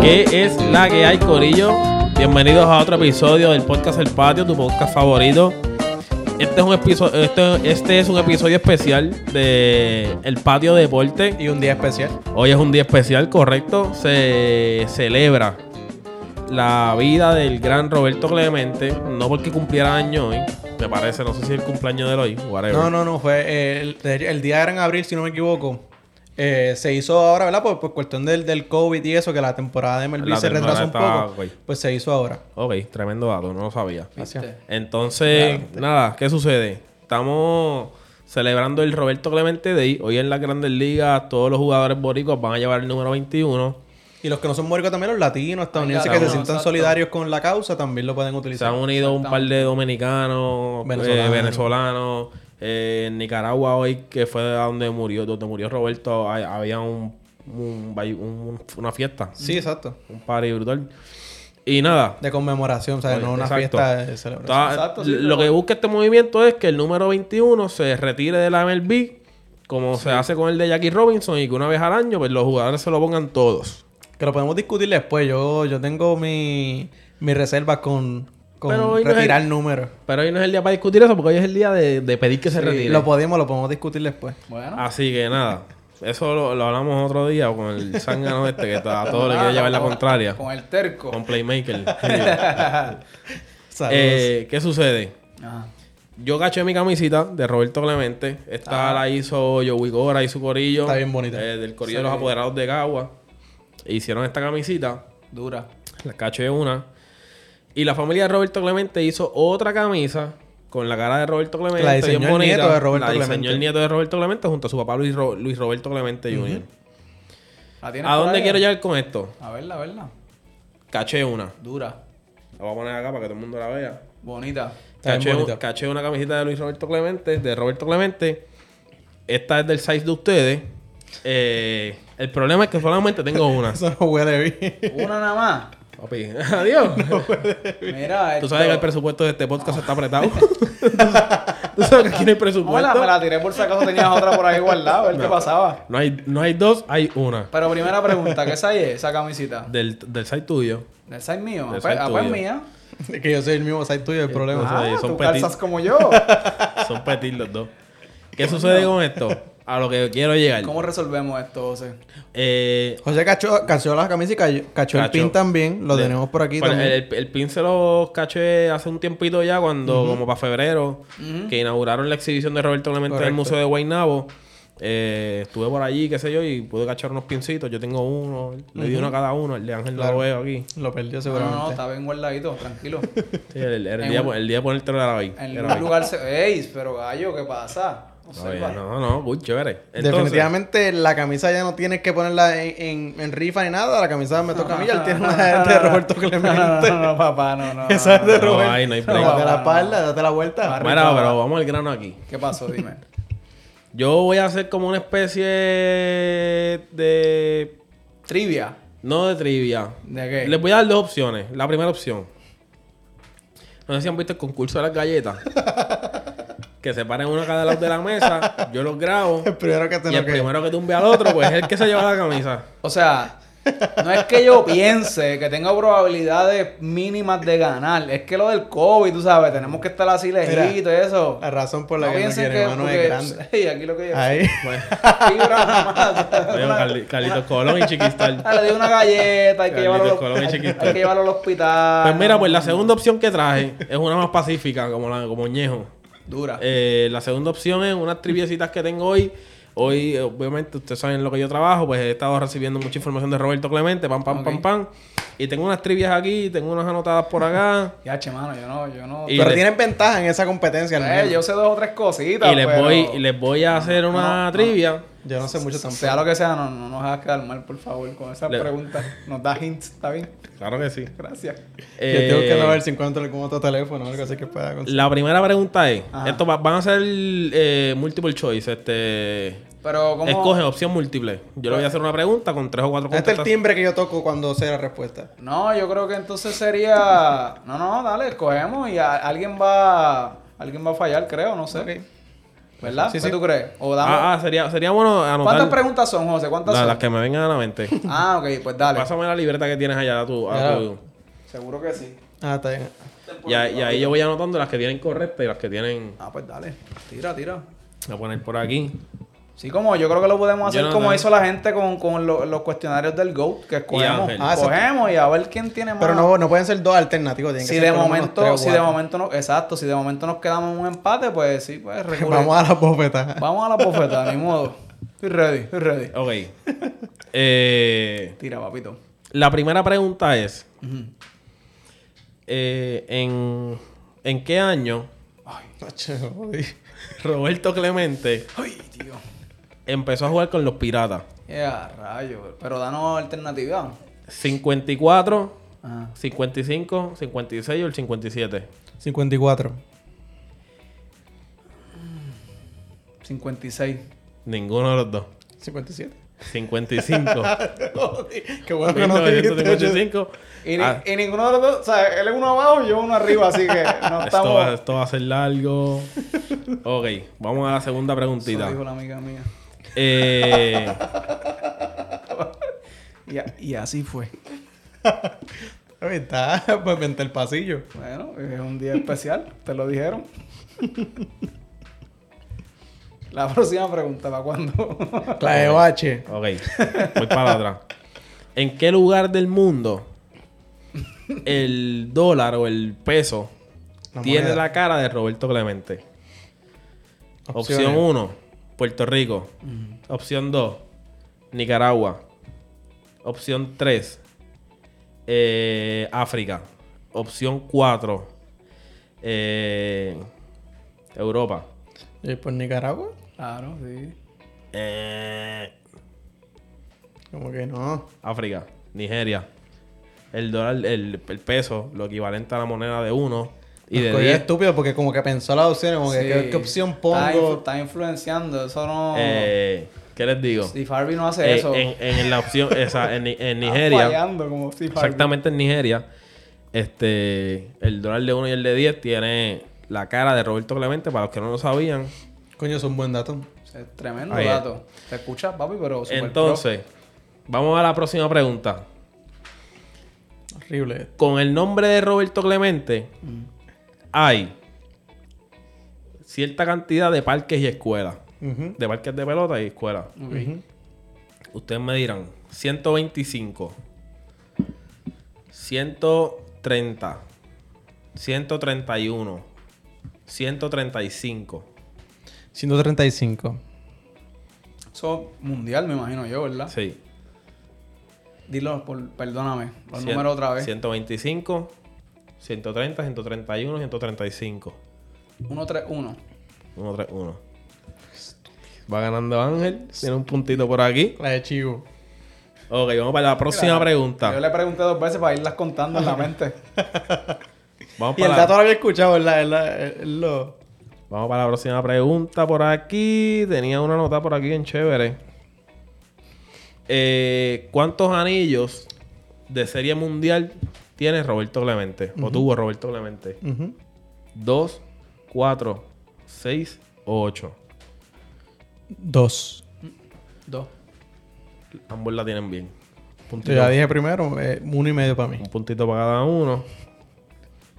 ¿Qué es la que hay, Corillo? Bienvenidos a otro episodio del podcast El Patio, tu podcast favorito. Este es un episodio, este, este es un episodio especial de El Patio Deporte. Y un día especial. Hoy es un día especial, correcto. Se celebra la vida del gran Roberto Clemente. No porque cumpliera año hoy, me parece. No sé si es el cumpleaños de él hoy, whatever. No, no, no, fue eh, el, el día de Gran Abril, si no me equivoco. eh, se hizo ahora, ¿verdad? Por, por cuestión del, del COVID y eso, que la temporada de MLB La se temporada retrasó un estaba, poco. güey. Pues se hizo ahora. Ok, tremendo dato, no lo sabía. Gracias. Entonces, nada, ¿qué sucede? Estamos celebrando el Roberto Clemente Day. Hoy en las grandes ligas todos los jugadores boricuas van a llevar el número 21. Y los que no son muertos también, los latinos, estadounidenses, que se latinos, sientan exacto. solidarios con la causa, también lo pueden Se utilizar. han unido un par de dominicanos, eh, venezolanos. Venezolanos. Eh, en Nicaragua hoy, que fue a donde murió, donde murió Roberto, hay- había un- un- un- una fiesta, Sí, exacto. un party brutal. Y nada, De conmemoración, o sea, Oye, no una exacto. fiesta de celebración. Está- Exacto, sí, l- lo pero- que busca este movimiento es que el número 21 se retire de la MLB, como se hace con el de Jackie Robinson, y que una vez al año pues, los jugadores se lo pongan todos. Que lo podemos discutir después. Yo, yo tengo mi, mis reservas con, con Pero hoy no es retirar el- números. Pero hoy no es el día para discutir eso, porque hoy es el día de, de pedir que se retire. Lo podemos, lo podemos discutir después. Bueno. Así que nada, eso lo, lo hablamos otro día con el zángano este que está- a todos le quiere llevar la contraria. Ah, Con el terco. Con Playmaker. Saludos. Eh, ¿Qué sucede? Ajá. Yo caché mi camisita de Roberto Clemente. Esta la hizo Joey Gora y su corillo. Ah. Está bien bonita. eh, del corillo de los apoderados de Cagua. Hicieron esta camisita. Dura. La caché una. Y la familia de Roberto Clemente hizo otra camisa con la cara de Roberto Clemente. La diseñó bien el bonita. nieto de Roberto la diseñó Clemente. el nieto de Roberto Clemente junto a su papá Luis, Ro- Luis Roberto Clemente Jr. ¿La tienes ¿A por dónde ahí? quiero llegar con esto? A verla, a verla. Caché una. Dura. La voy a poner acá para que todo el mundo la vea. Bonita. Está bien Caché, bonita. caché una camiseta de Luis Roberto Clemente, de Roberto Clemente. Esta es del size de ustedes. Eh, el problema es que solamente tengo una. Eso no huele bien. Una nada más. Papi, adiós. Mira, Tú sabes que el presupuesto de este podcast está apretado. Tú sabes que aquí no hay Hola, me presupuesto. la tiré por si acaso tenías otra por ahí guardada, a ver qué pasaba. No hay, no hay dos, hay una. Pero primera pregunta, ¿qué size es esa camisita? Del, del size tuyo. ¿Del size mío? Del Pues, size ah, pues tuyo. mía. Es que yo soy el mismo site tuyo, el problema. Ah, Ah, son tú petit. calzas como yo. Son petit los dos. ¿Qué sucede con esto? A lo que quiero llegar. ¿Cómo resolvemos esto, José? Eh, José cachó, cachó la camisa y cayó- cachó, el Cachó. pin también. Lo De- tenemos por aquí Bueno, también. El, el pin se los caché hace un tiempito ya, cuando, como para febrero, que inauguraron la exhibición de Roberto Clemente en el Correcto. Museo de Guaynabo. Eh, estuve por allí, qué sé yo, y pude cachar unos pincitos. Yo tengo uno, le di uno a cada uno. El de Ángel no Claro. lo veo aquí. Lo perdió No, no, seguramente. no, está bien guardadito, tranquilo. Sí, el, el En día, un- el día de ponértelo era hoy. En Era ningún hoy. lugar se... ¡Ey! Pero gallo, ¿qué pasa? No, Observa. ya, no, no, muy chévere. Entonces, Definitivamente la camisa ya no tienes que ponerla en, en- en rifa ni nada. La camisa me toca a mí. Él tiene una de Roberto No, no, Clemente. no, no, papá, no, no. Esa es no, de no. No, Roberto. ahí no hay break. date la espalda, date la vuelta. Barrio Mira, Cava. pero vamos al grano aquí. ¿Qué pasó? Dime. Yo voy a hacer como una especie de. Trivia. No de trivia. ¿De qué? Les voy a dar dos opciones. La primera opción. No sé si han visto el concurso de las galletas. que se paren uno a cada lado de la mesa, yo los grabo. El primero que te Y lo el que. primero que tumbe al otro, pues es el que se lleva la camisa. O sea, no es que yo piense que tenga probabilidades mínimas de ganar. Es que lo del COVID, tú sabes, tenemos que estar así lejitos y eso. La razón Ah, por la no que no piensen quiere, mano, porque- es grande. Sí, aquí lo que yo... Ahí. Fibra nada más. Veo Carli- Carlitos Colón y Chiquistal. Ah, le di una galleta, hay que, llevarlo, Carlitos al- Colón y hay, Chiquito. hay que llevarlo al hospital. Pues mira, pues la segunda opción que traje es una más pacífica, como la como Ñejo. Dura. Eh, la segunda opción es unas triviecitas que tengo hoy. Hoy, eh, obviamente, ustedes saben lo que yo trabajo, pues he estado recibiendo mucha información de Roberto Clemente, pam, pam, pam, Ok. pam. Y tengo unas trivias aquí, tengo unas anotadas por acá. Ya, che, mano, yo no, yo no... Y Pero le- tienen ventaja en esa competencia. al Eh, menos. yo sé dos o tres cositas, Y les, pero- voy, y les voy a hacer una trivia. Yo no sé mucho Sea tampoco. lo que sea, no, no nos hagas quedar mal, por favor, con esas Le- preguntas. Nos da hints, ¿está bien? Claro que sí. Gracias. Yo tengo que Eh, ver si encuentro algún otro teléfono o algo así que pueda conseguir. la primera pregunta es, Ajá. esto va- van a ser eh, multiple choice, este... Pero, ¿cómo...? Escogen opción múltiple. Yo le voy a hacer una pregunta con tres o cuatro Este es el contestaciones. timbre que yo toco cuando sé la respuesta. No, yo creo que entonces sería... No, no, dale, escogemos y a- alguien va... Alguien va a fallar, creo, no sé. Ok. ¿Verdad? Sí, ¿Qué sí. tú crees? O dame- Ah, ah, sería, sería bueno anotar. ¿Cuántas preguntas son, José? ¿Cuántas Las, son? las que me vengan a la mente. Ah, ok, pues dale. Pásame la libreta que tienes allá a tu. a Ya. tu- Seguro que sí. Ah, está bien. y, ahí- y ahí yo voy anotando las que tienen correctas y las que tienen. Ah, pues dale. Tira, tira. Voy a poner por aquí. Sí, como yo creo que lo podemos hacer Jonathan. como hizo la gente con, con lo- los cuestionarios del GOAT, que escogemos, Ángel. Ah, sí. cogemos y a ver quién tiene más. Pero no, no pueden ser dos alternativos. tienen que si ser de por lo menos momento, tres o si de cuatro. momento no, exacto, si de momento nos quedamos en un empate, pues sí, pues recurre. Vamos a la bofeta. Vamos a la bofeta, ni modo. Estoy ready, estoy ready. Ok. Eh, Tira, papito. la primera pregunta es: Ujú. eh, ¿en, ¿En qué año Tacho, jodí. Roberto Clemente Ay, tío. empezó a jugar con los piratas? Ya, rayo. Pero danos alternativa. 54, Ajá. 55, 56 o el 57. 54. 56. Ninguno de los dos. 57. 55. Qué bueno que no te dijiste. 1955. Y, ni- Ah, y ninguno de los dos, o sea, él es uno abajo y yo uno arriba, así que esto, no va, estamos. esto va a ser largo. Ok, vamos a la segunda Eso dijo preguntita. la amiga mía. Eh, Y, a- y así fue. Ahí Está, pues vente el pasillo. Bueno, es un día especial, te lo dijeron. La próxima pregunta, ¿para cuándo? La de bache. ok, voy para atrás. ¿En qué lugar del mundo el dólar o el peso Una tiene moneda. la cara de Roberto Clemente? Opción Opciones. 1, Puerto Rico. Opción 2, Nicaragua. Opción 3, África. Opción 4, Europa. ¿Y por Nicaragua? Claro, sí. Eh, Como que no. África, Nigeria. El dólar, el, el peso, lo equivalente a la moneda de 1 y de Escogí 10. estúpido porque como que pensó las opciones, como que Sí. ¿qué, qué opción Está, influ- pongo. está influenciando, eso no. Eh, ¿Qué les digo? si Farby no hace Eh, eso. en, en la opción, esa, en, en está Nigeria. fallando como Steve Harvey. Exactamente en Nigeria, este, el dólar de 1 y el de 10 tiene la cara de Roberto Clemente, para los que no lo sabían. Coño, es un buen dato. Es tremendo Ahí es. dato. Te escuchas, papi, pero. super Entonces, vamos a la próxima pregunta. Horrible. Con el nombre de Roberto Clemente, hay cierta cantidad de parques y escuelas. Ujú. De parques de pelota y escuelas. pro. Ok. Ustedes me dirán, 125, 130, 131, 135. 135. Eso mundial, me imagino yo, ¿verdad? Sí. Dilo, por, perdóname, los Cien- números otra vez. 125, 130, 131, 135. 131. 131. Va ganando Ángel. Tiene un puntito por aquí. La de Chivo. Ok, vamos para la próxima Yo pregunta. le pregunté dos veces para irlas contando en la mente. Vamos Y el para, dato la, lo había escuchado, ¿verdad? Es la- es lo... vamos para la próxima pregunta por aquí. Tenía una nota por aquí bien chévere. Eh, ¿Cuántos anillos de serie mundial tiene Roberto Clemente? O tuvo Roberto Clemente. Ujú. ¿Dos, cuatro, seis o ocho? Dos. Dos. Ambos la tienen bien. Yo Puntito- ya dije primero, eh, uno y medio para mí. un puntito para cada uno.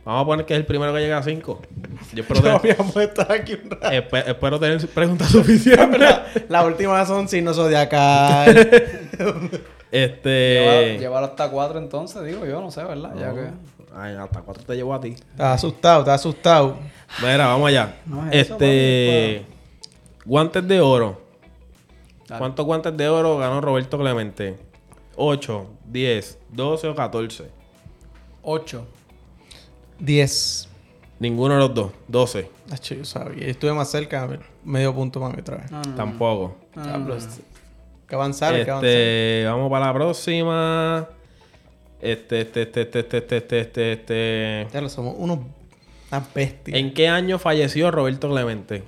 Vamos a poner que es el primero que llega a 5. Yo espero, No tener, habíamos estado aquí un rato. espe- espero tener preguntas suficientes. Las últimas son signos zodiacales. este. Eh, Llevar, llevar hasta cuatro entonces, digo yo, no sé, ¿verdad? Ya que... Ay, hasta cuatro te llevo a ti. Estás asustado, estás asustado. Mira, vamos allá. No es eso, pues. este. guantes de oro. Dale. ¿Cuántos guantes de oro ganó Roberto Clemente? 8, 10, 12 o 14. Ocho. Diez. Ninguno de los dos. 12. Acho, Ah, yo sabía. Estuve más cerca. Medio punto para mí otra vez. No, Ah, no, no. Tampoco. No, no, no, Diablo, no. este- Que avanzar, que avanzar. Este, vamos para la próxima. Este, este, este, este, este, este, este, este, este. Ya lo somos unos... Unas bestias. ¿En qué año falleció Roberto Clemente?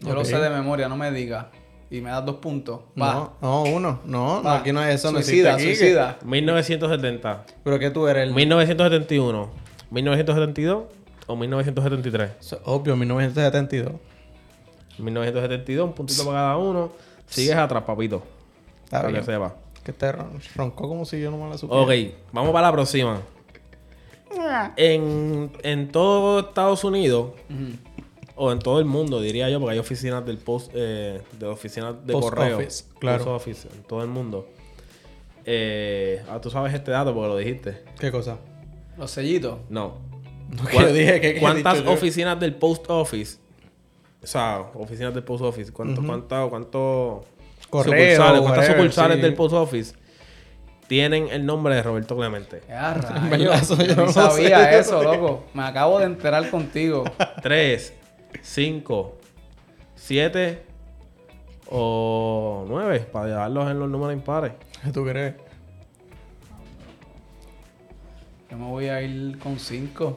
Yo lo Ok. sé de memoria, no me digas. Y me das dos puntos. Va. No, no, uno. No, no, va. aquí no es eso. no existe Suicida, aquí. suicida. 1970, Pero que tú eres el... 1971, 1972 o 1973. Eso es Obvio, 1972. 1972, un puntito para cada uno. Sigues atrás, papito. Está Para que bien. sepa. Que te ron- roncó como si yo no me la supiera. Ok, vamos para la próxima. En, en todo Estados Unidos, o en todo el mundo, diría yo, porque hay oficinas del post, eh, de oficinas de Post correo. office, claro. Post office, en todo el mundo. Eh, ah, tú sabes este dato porque lo dijiste. ¿Qué cosa? Los sellitos. No. No, que ¿Cuán- yo dije que. que he ¿Cuántas dicho yo? oficinas del post office? O sea, oficinas del post office. ¿Cuánto, cuánta- cuánto Correo, sucursales, ¿Cuántas whatever, sucursales sí. del post office tienen el nombre de Roberto Clemente? Ah, En verdad, eso yo rayos. Yo no sé, no sabía yo no eso, sabía. loco. Me acabo de enterar contigo. 3, 5, 7 o 9 para llevarlos en los números impares. ¿Qué tú crees? Yo me voy a ir con cinco.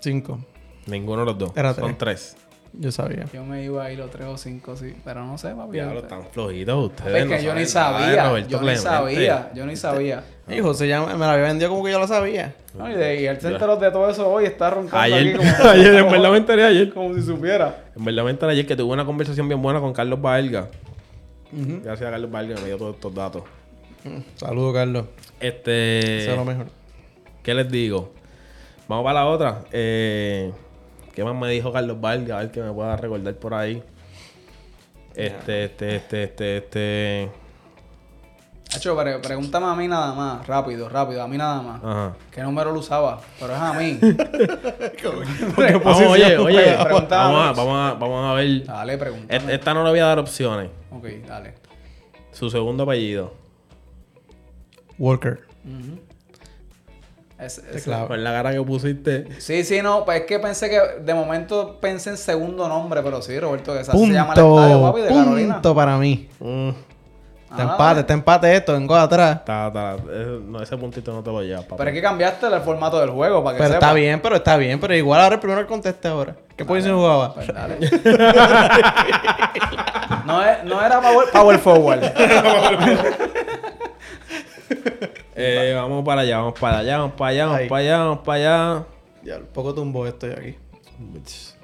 Cinco. Ninguno de los dos. Era Son 3. Yo sabía. Yo me iba a ir los tres o cinco, sí. Pero no sé, papi. Diablo, Yo- están flojitos ustedes. Es no que yo ni saben nada de sabía. Roberto Yo ni Clemente. sabía. Yo ni Este- sabía. Ah. Hijo, se llama, me la había vendido como que yo la sabía. No, y, de, y él se enteró de todo eso hoy. Está roncando aquí Ayer, como, ayer, en verdad me enteré ayer. como si supiera. En verdad me enteré ayer que tuve una conversación bien buena con Carlos Baelga. Gracias a Carlos Baelga que me dio todos estos datos. Saludos, Carlos. Este. Eso es lo mejor. ¿Qué les digo? Vamos para la otra. Eh, ¿Qué más me dijo Carlos Vargas? A ver que me pueda recordar por ahí. Este, este, este, este, este. Hacho, pre- pregúntame a mí nada más. Rápido, rápido. A mí nada más. Ajá. ¿Qué número lo usaba? Pero es a mí. Vamos, oye, oye. pegaba? Vamos a, vamos, a, vamos a ver. Dale, pregúntame. Et- Esta no le voy a dar opciones. Ok, dale. Su segundo apellido. Walker. Es- Te es- clavo. Con la cara que pusiste. sí, sí, no. Pues es que pensé que de momento pensé en segundo nombre, pero sí, Roberto, que esa se llama el estadio, Punto. papi, de Carolina. Punto para mí. Mm, Está Ah, empate, está empate esto. Vengo de atrás. ta, ta, eh, no, ese puntito no te lo lleva, papá. Pero es que cambiaste el formato del juego para que Pero sepa. está bien, pero está bien. Pero igual ahora el primero que conteste ahora. ¿Qué posición jugaba? Pues dale. no, es- no era power, power forward. Eh, vamos para allá, vamos para allá, vamos para allá, vamos Ahí. para allá, vamos para allá. Ya, poco tumbó esto yo aquí.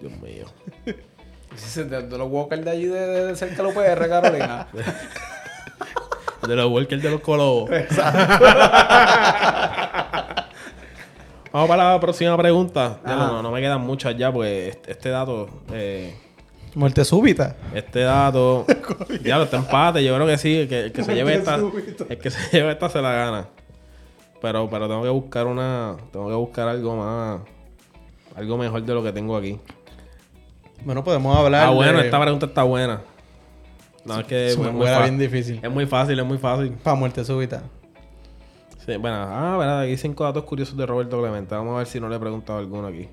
Dios mío. Sí, de, de los Walker de allí de, de- de cerca del UPR, Carolina. De los Walker de los Colobos. Vamos para la próxima pregunta. Ya Ajá. no, no me quedan muchas ya, porque este, este dato. eh, Muerte súbita. este dato. ya lo está empate. Yo creo que sí. El que, el que se lleve esta. súbito. El que se lleve esta se la gana. Pero, pero tengo que buscar una. Tengo que buscar algo más. Algo mejor de lo que tengo aquí. Bueno, podemos hablar. Ah, bueno, de- esta pregunta está buena. No, es que. Se me es, muy fuera fa- bien difícil. es muy fácil, es muy fácil. Para muerte súbita. Sí, bueno, ah, verdad, aquí hay cinco datos curiosos de Roberto Clemente. Vamos a ver si no le he preguntado alguno aquí.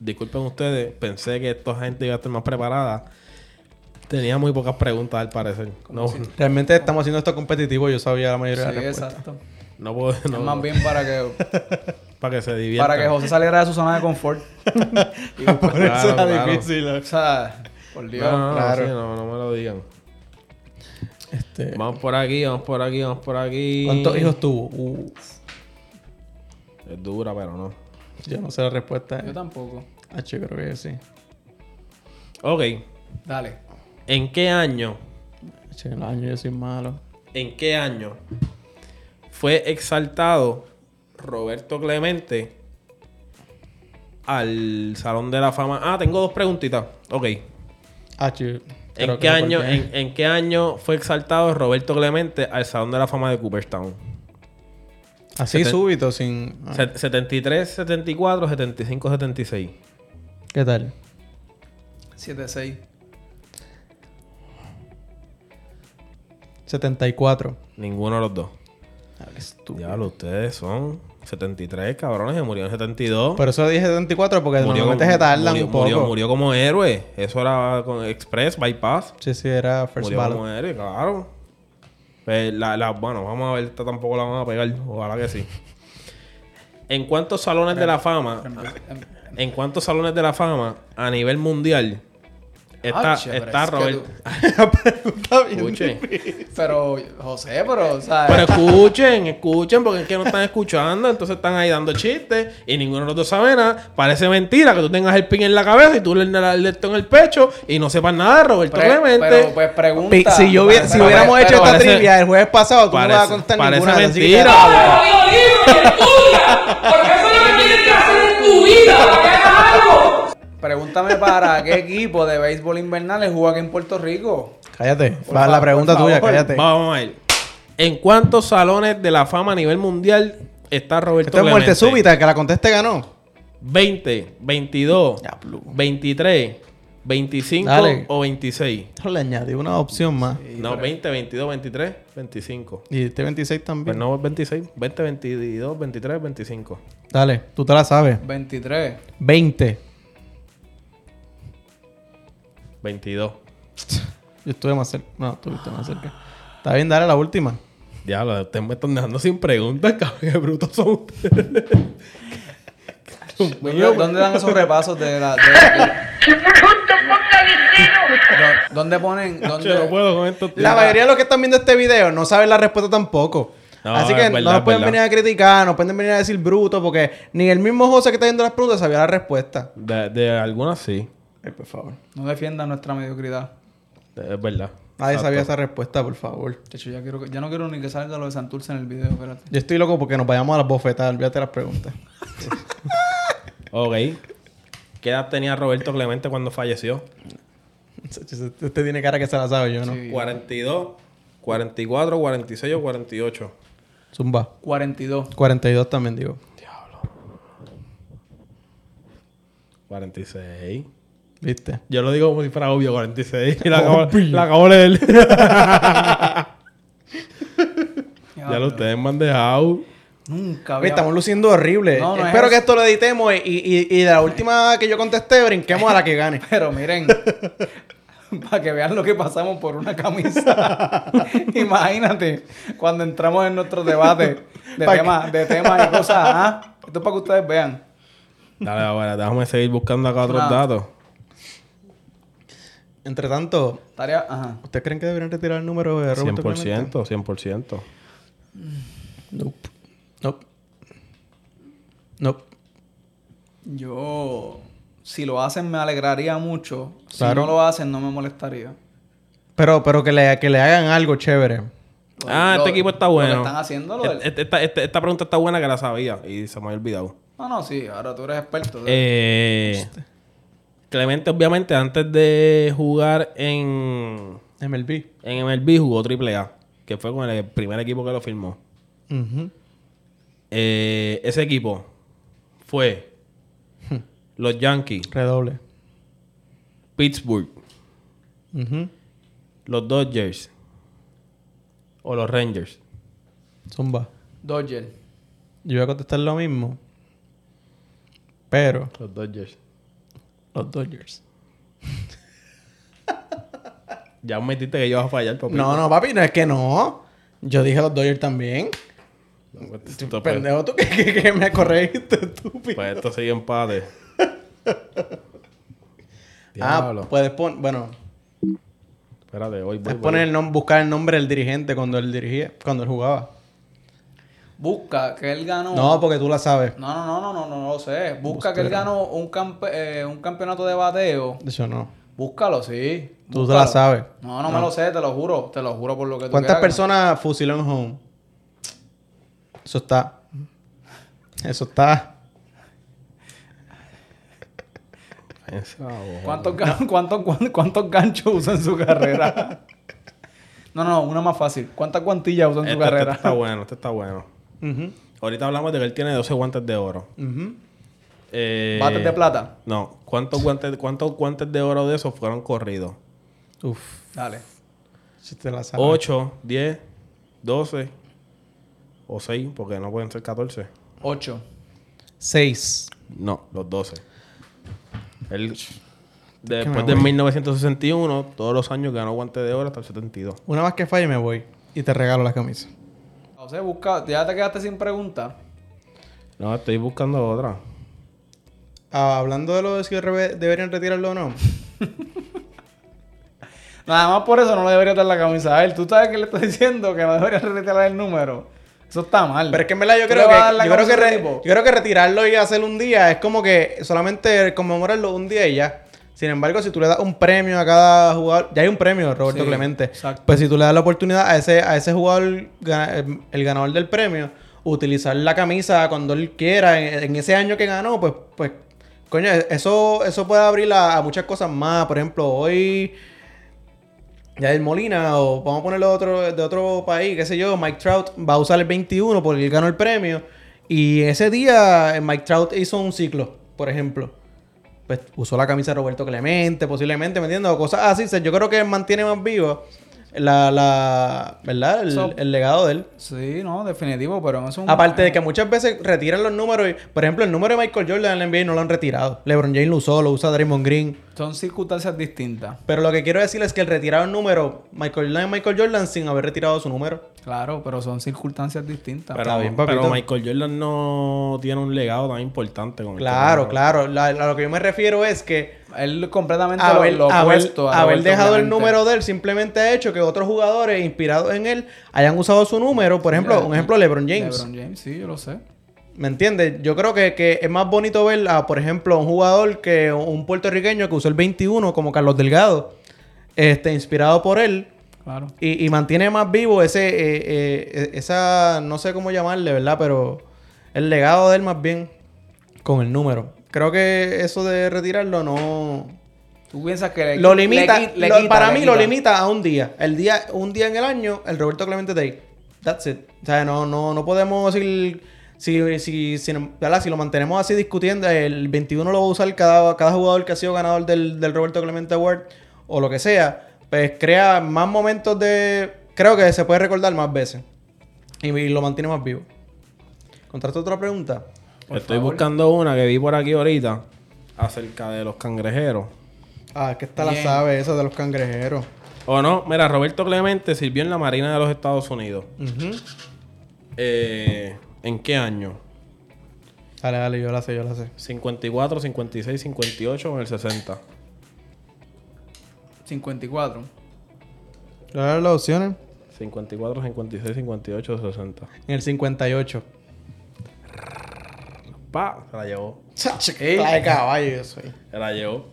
Disculpen ustedes, pensé que esta gente iba a estar más preparada. Tenía muy pocas preguntas al parecer. No, Realmente estamos haciendo esto competitivo. Yo sabía la Sí, mayoría de las respuestas. exacto. no puedo, no, Es más bien para que, para que se diviertan. para que José saliera de su zona de confort. Por eso Claro, era claro. difícil. O sea, por Dios. No, no, no, Claro. sí, no, no me lo digan. Este, Vamos por aquí, vamos por aquí, vamos por aquí. ¿Cuántos hijos tuvo? Uh, Es dura, pero no. yo no sé la respuesta. Yo eh. tampoco. Ah, yo creo que sí. Ok, Dale. ¿en qué año? Che, el año yo soy malo. ¿En qué año fue exaltado Roberto Clemente al Salón de la Fama? Ah, tengo dos preguntitas. Ok. Ah, yo creo ¿En que qué, lo año, colgué. en, en qué año fue exaltado Roberto Clemente al Salón de la Fama de Cooperstown? Así seten- súbito, sin. ah, Se- 73, 74, 75, 76. ¿Qué tal? 7-6. 74. Ninguno de los dos. Ah, qué estúpido. Diablo, ustedes son 73 cabrones. Se murió en 72. Por eso dije 74 porque como, normalmente se tardan murió- un poco. murió- murió como héroe. Eso era con Express, Bypass. Sí, sí, era first Murió ballot. como héroe, claro. Pues, la, la- bueno, vamos a ver, esta tampoco la van a pegar. Ojalá que sí. ¿En cuántos Em, salones de la fama? ¿En cuántos salones de la fama a nivel mundial Está, Ah, chévere, está es que Robert. Está bien Escuchen. Pero, José, pero, o sea, Pero escuchen, escuchen, porque es que no están escuchando, entonces están ahí dando chistes y ninguno de los dos sabe nada. Parece mentira que tú tengas el pin en la cabeza y tú le el esto en el pecho y no sepas nada de Roberto pre- Clemente. pero, pues pregunta. Si, yo hubiera- si Pero- hubiéramos pero- hecho esta parece- trivia el jueves pasado, tú no parece- vas a contar parece ninguna. así que- mentira. ¡Coge el jodido libro y estudia! Porque eso es lo que tienes que hacer en tu vida, para que hagas algo. Pregúntame para qué equipo de béisbol invernal él juega aquí en Puerto Rico. Cállate. Por La, la favor, pregunta por tuya, favor. cállate. Vamos a ver. ¿En cuántos salones de la fama a nivel mundial está Roberto Esto es muerte Clemente? súbita, el que la conteste ganó. 20, 22, Ya, Blue. 23, 25 Dale. o 26. Yo Le añadí una opción más. No, 20, 22, 23, 25. Y este 26 Pues también. no, 26, 20, 22, 23, 25. Dale, tú te la sabes. 23. 20. 22. Yo estuve más cerca. No, tú estuviste más cerca. Está bien, dale la última. Diablo, ustedes me están dejando sin preguntas, cabrón. Qué brutos son ustedes. ¿Dónde, dónde dan esos repasos de la... de- de- ¿Dónde ponen? Che, no ¿Dónde? puedo con esto. tío. La mayoría de los que están viendo este video no saben la respuesta tampoco. No, Así es que verdad, no nos es pueden verdad. venir a criticar, no pueden venir a decir bruto, porque ni el mismo José que está viendo las preguntas sabía la respuesta. De, de algunas sí. Ay, por favor. No defiendan nuestra mediocridad. Es verdad. Nadie Exacto. sabía esa respuesta, por favor. Chacho, ya, quiero, que- ya no quiero ni que salga lo de Santurce en el video, espérate. Yo estoy loco porque nos vayamos a las bofetadas. Olvídate las preguntas. Ok. ¿Qué edad tenía Roberto Clemente cuando falleció? Usted este, tiene cara que se la sabe, yo no. Sí. 42, 44, 46 o 48. Zumba. 42. 42 también, digo. 46. ¿Viste? Yo lo digo como si fuera obvio, 46. Y la acabo, la acabo de leer. ya lo ustedes me han dejado. Nunca Oye, había... estamos luciendo horrible. No, no es Espero eso. que esto lo editemos y, y- y de la última que yo contesté, brinquemos a la que gane. Pero miren, para que vean lo que pasamos por una camisa. Imagínate cuando entramos en nuestro debate de Pa' que- temas de temas y cosas. ¿ah? Esto es para que ustedes vean. Dale, ahora, déjame seguir buscando acá otros Claro. datos. Entre tanto, Tarea, ajá. ¿ustedes creen que deberían retirar el número de Roberto 100%, Clemente? 100%. Nope. Nope. Nope. Yo, si lo hacen, me alegraría mucho. Claro. Si no lo hacen, no me molestaría. Pero, pero que, le, que le hagan algo chévere. Lo- Ah, lo- este equipo está lo que bueno. están haciendo, lo del- Este- esta, este- esta pregunta está buena que la sabía y se me había olvidado. Ah, No, no, sí, ahora tú eres experto. Eh, Clemente, obviamente, antes de jugar en, MLB. en MLB, jugó AAA, que fue con el primer equipo que lo firmó. Ujú. Eh, ese equipo fue los Yankees, Redoble. Pittsburgh, Ujú. los Dodgers o los Rangers. Zumba. Dodger. Yo voy a contestar lo mismo. Pero Los Dodgers. los Dodgers. Ya metiste que yo vas a fallar, papi. No, no, papi, no es que no. Yo dije los Dodgers también. No, pues, esto, pues, Pendejo, tú que, que- que me corregiste, estúpido. pues, esto sigue empate. ah, Diablo. puedes poner. Bueno, Espérate, hoy voy. puedes voy. poner el nom- buscar el nombre del dirigente cuando él dirigía, cuando él jugaba. Busca que él ganó. No, porque tú la sabes. No, no, no, no, no, no lo sé. Busca que él ganó un, campe- eh, un campeonato de bateo. Eso no. Búscalo, sí. Tú Búscalo. te la sabes. No, no, me lo sé, te lo juro. Te lo juro por lo que tú ¿Cuántas quieras. personas fusiló en home? Eso está. Eso está. Esa voz. ¿Cuántos, gan- cuántos- cuán- cuántos ganchos usa en su carrera? no, no, una más fácil. ¿Cuántas guantillas usa en Este- su este carrera? está bueno, este está bueno. Ujú, Ahorita hablamos de que él tiene 12 guantes de oro. ujú. Eh, ¿Bates de plata? No. ¿Cuántos guantes, ¿Cuántos guantes de oro de esos fueron corridos? Uf, Dale. si te la sabes. 8, 10, 12 o 6, porque no pueden ser 14. Ocho. Seis. No, los 12. Él, que me después de voy. 1961, todos los años ganó guantes de oro hasta el 72. Una más que falle me voy. Y te regalo la camisa. O sea, busca. Ya te quedaste sin pregunta. No, estoy buscando otra. Ah, hablando de lo de si rebe- deberían retirarlo o no. Nada más por eso no le debería dar la camisa a él. Tú sabes que le estás diciendo que no debería retirar el número. Eso está mal. Pero es que en verdad yo ¿Tú creo le que, vas a dar la yo creo camisa que, a ese re- tipo? yo creo que retirarlo y hacerlo un día es como que solamente conmemorarlo un día y ya. Sin embargo, si tú le das un premio a cada jugador, ya hay un premio, Roberto Sí, Clemente. exacto. Pues si tú le das la oportunidad a ese, a ese jugador, gana- el ganador del premio, utilizar la camisa cuando él quiera, en, en ese año que ganó, pues, pues, coño, eso, eso puede abrir a, a muchas cosas más. Por ejemplo, hoy Yael Molina, o vamos a ponerlo de otro, de otro país, qué sé yo, Mike Trout va a usar el 21 porque él ganó el premio. Y ese día eh, Mike Trout hizo un ciclo, por ejemplo. Pues usó la camisa de Roberto Clemente, posiblemente, ¿me entiendes? O cosas así. O sea, yo creo que mantiene más vivo la, la ¿verdad? El, So- el legado de él. Sí, no, definitivo, pero en eso... Aparte de que muchas veces retiran los números. y- por ejemplo, el número de Michael Jordan en la NBA no lo han retirado. LeBron James lo usó, lo usa Draymond Green. Son circunstancias distintas. Pero lo que quiero decir es que el retirar un número, Michael Jordan es Michael Jordan sin haber retirado su número. Claro, pero son circunstancias distintas. Pero, Está bien, papito. pero Michael Jordan no tiene un legado tan importante con el Claro, tema. claro. La- la- a lo que yo me refiero es que Él completamente lo- haber, lo, haber- opuesto a haber Roberto dejado el Clemente. número de él simplemente ha hecho que otros jugadores inspirados en él hayan usado su número. Por ejemplo, un ejemplo, LeBron James. Eh, LeBron James, sí, yo lo sé. ¿Me entiendes? Yo creo que, que es más bonito ver a, por ejemplo, un jugador que un puertorriqueño que usó el 21 como Carlos Delgado, este, inspirado por él. Claro. Y, y mantiene más vivo ese, eh, eh, eh, esa, no sé cómo llamarle, ¿verdad? Pero el legado de él más bien con el número. Creo que eso de retirarlo no... Tú piensas que le- Lo limita, le qui- le lo- quita, para le mí lo quita. limita a un día. El día, un día en el año, el Roberto Clemente Day. That's it. O sea, no, no, no podemos decir... Si, si, si, ¿verdad? si lo mantenemos así discutiendo, el 21 lo va a usar cada, cada jugador que ha sido ganador del, del Roberto Clemente Award o lo que sea, pues crea más momentos de... Creo que se puede recordar más veces y, y lo mantiene más vivo. ¿Contraste otra pregunta? Estoy buscando una que vi por aquí ahorita acerca de los cangrejeros. Ah, es que esta la Bien. sabe, esa de los cangrejeros. ¿O no? Mira, Roberto Clemente sirvió en la Marina de los Estados Unidos. Ujú. Eh, ¿En qué año? Dale, dale, yo la sé, yo la sé. 54, 56, 58 o en el 60. 54. ¿Le voy a dar las opciones? 54, 56, 58 o 60. En el 58. Pa, se la llevó. Está de caballo yo soy. Se la llevó.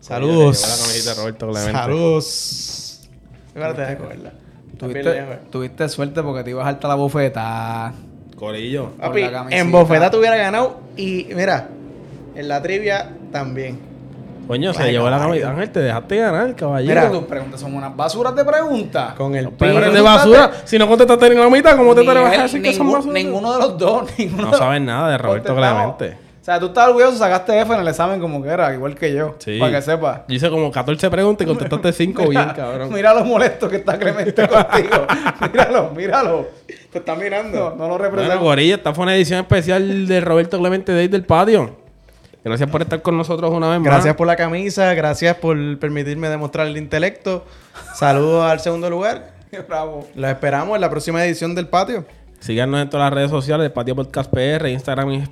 Saludos. Se la llevó la camiseta de Roberto Clemente. Saludos. Espérate, de acuerdo. Tuviste, tuviste suerte porque te ibas alta la bofeta. Corillo. con Papi, la camiseta. en bofeta tuviera ganado y mira, en la trivia también. Coño, se Vaya, llevó la caballo. camiseta. Ángel, te dejaste ganar, caballero. Mira, tus preguntas son unas basuras de preguntas. Con el Pero pin. eres de basura. Si no contestaste ni la mitad, ¿cómo te Ni atreves él, a decir que son ningún- basura? Ninguno de los dos. Ninguno No de los- saben nada de Roberto contestamos. Clemente. O sea, tú estás orgulloso, sacaste F en el examen como que era, igual que yo. Sí. Para que sepas. Yo hice como 14 preguntas y contestaste 5 bien, Mira- cabrón. Mira lo molesto que está Clemente contigo. Míralo, míralo. Te están No, mirando. no lo Bueno, representa. Gorilla, esta fue una edición especial de Roberto Clemente Day del Patio. Gracias por estar con nosotros una vez Gracias más. por la camisa, gracias por permitirme demostrar el intelecto. Saludos al segundo lugar. Bravo. Los esperamos en la próxima edición del patio. Síganos en todas las redes sociales, el Patio Podcast PR, Instagram y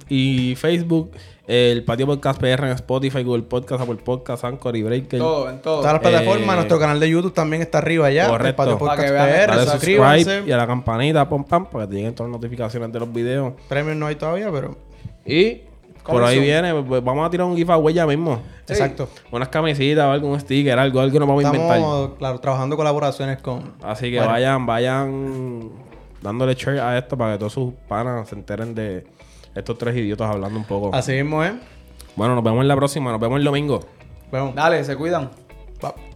y Facebook, el Patio Podcast PR en Spotify, Google Podcast, Apple Podcast, Anchor y Breaker. Todo, en todo. Todas las Eh, plataformas, nuestro canal de YouTube también está arriba ya. Correcto. El patio Para que podcast vean, PR, Dale suscríbanse. subscribe y a la campanita, pom pam, para que te lleguen todas las notificaciones de los videos. Premios no hay todavía, pero. Y por ahí Comenzó. viene, pues, vamos a tirar un giveaway ya mismo. Sí. Exacto. Unas camisitas o algún sticker, algo, algo nos vamos a inventar. Estamos claro, trabajando colaboraciones con. Así que Bueno. vayan, vayan dándole share a esto para que todos sus panas se enteren de estos tres idiotas hablando un poco. Así mismo, ¿eh? Bueno, nos vemos en la próxima, nos vemos el domingo. Vamos. Dale, se cuidan. Vamos.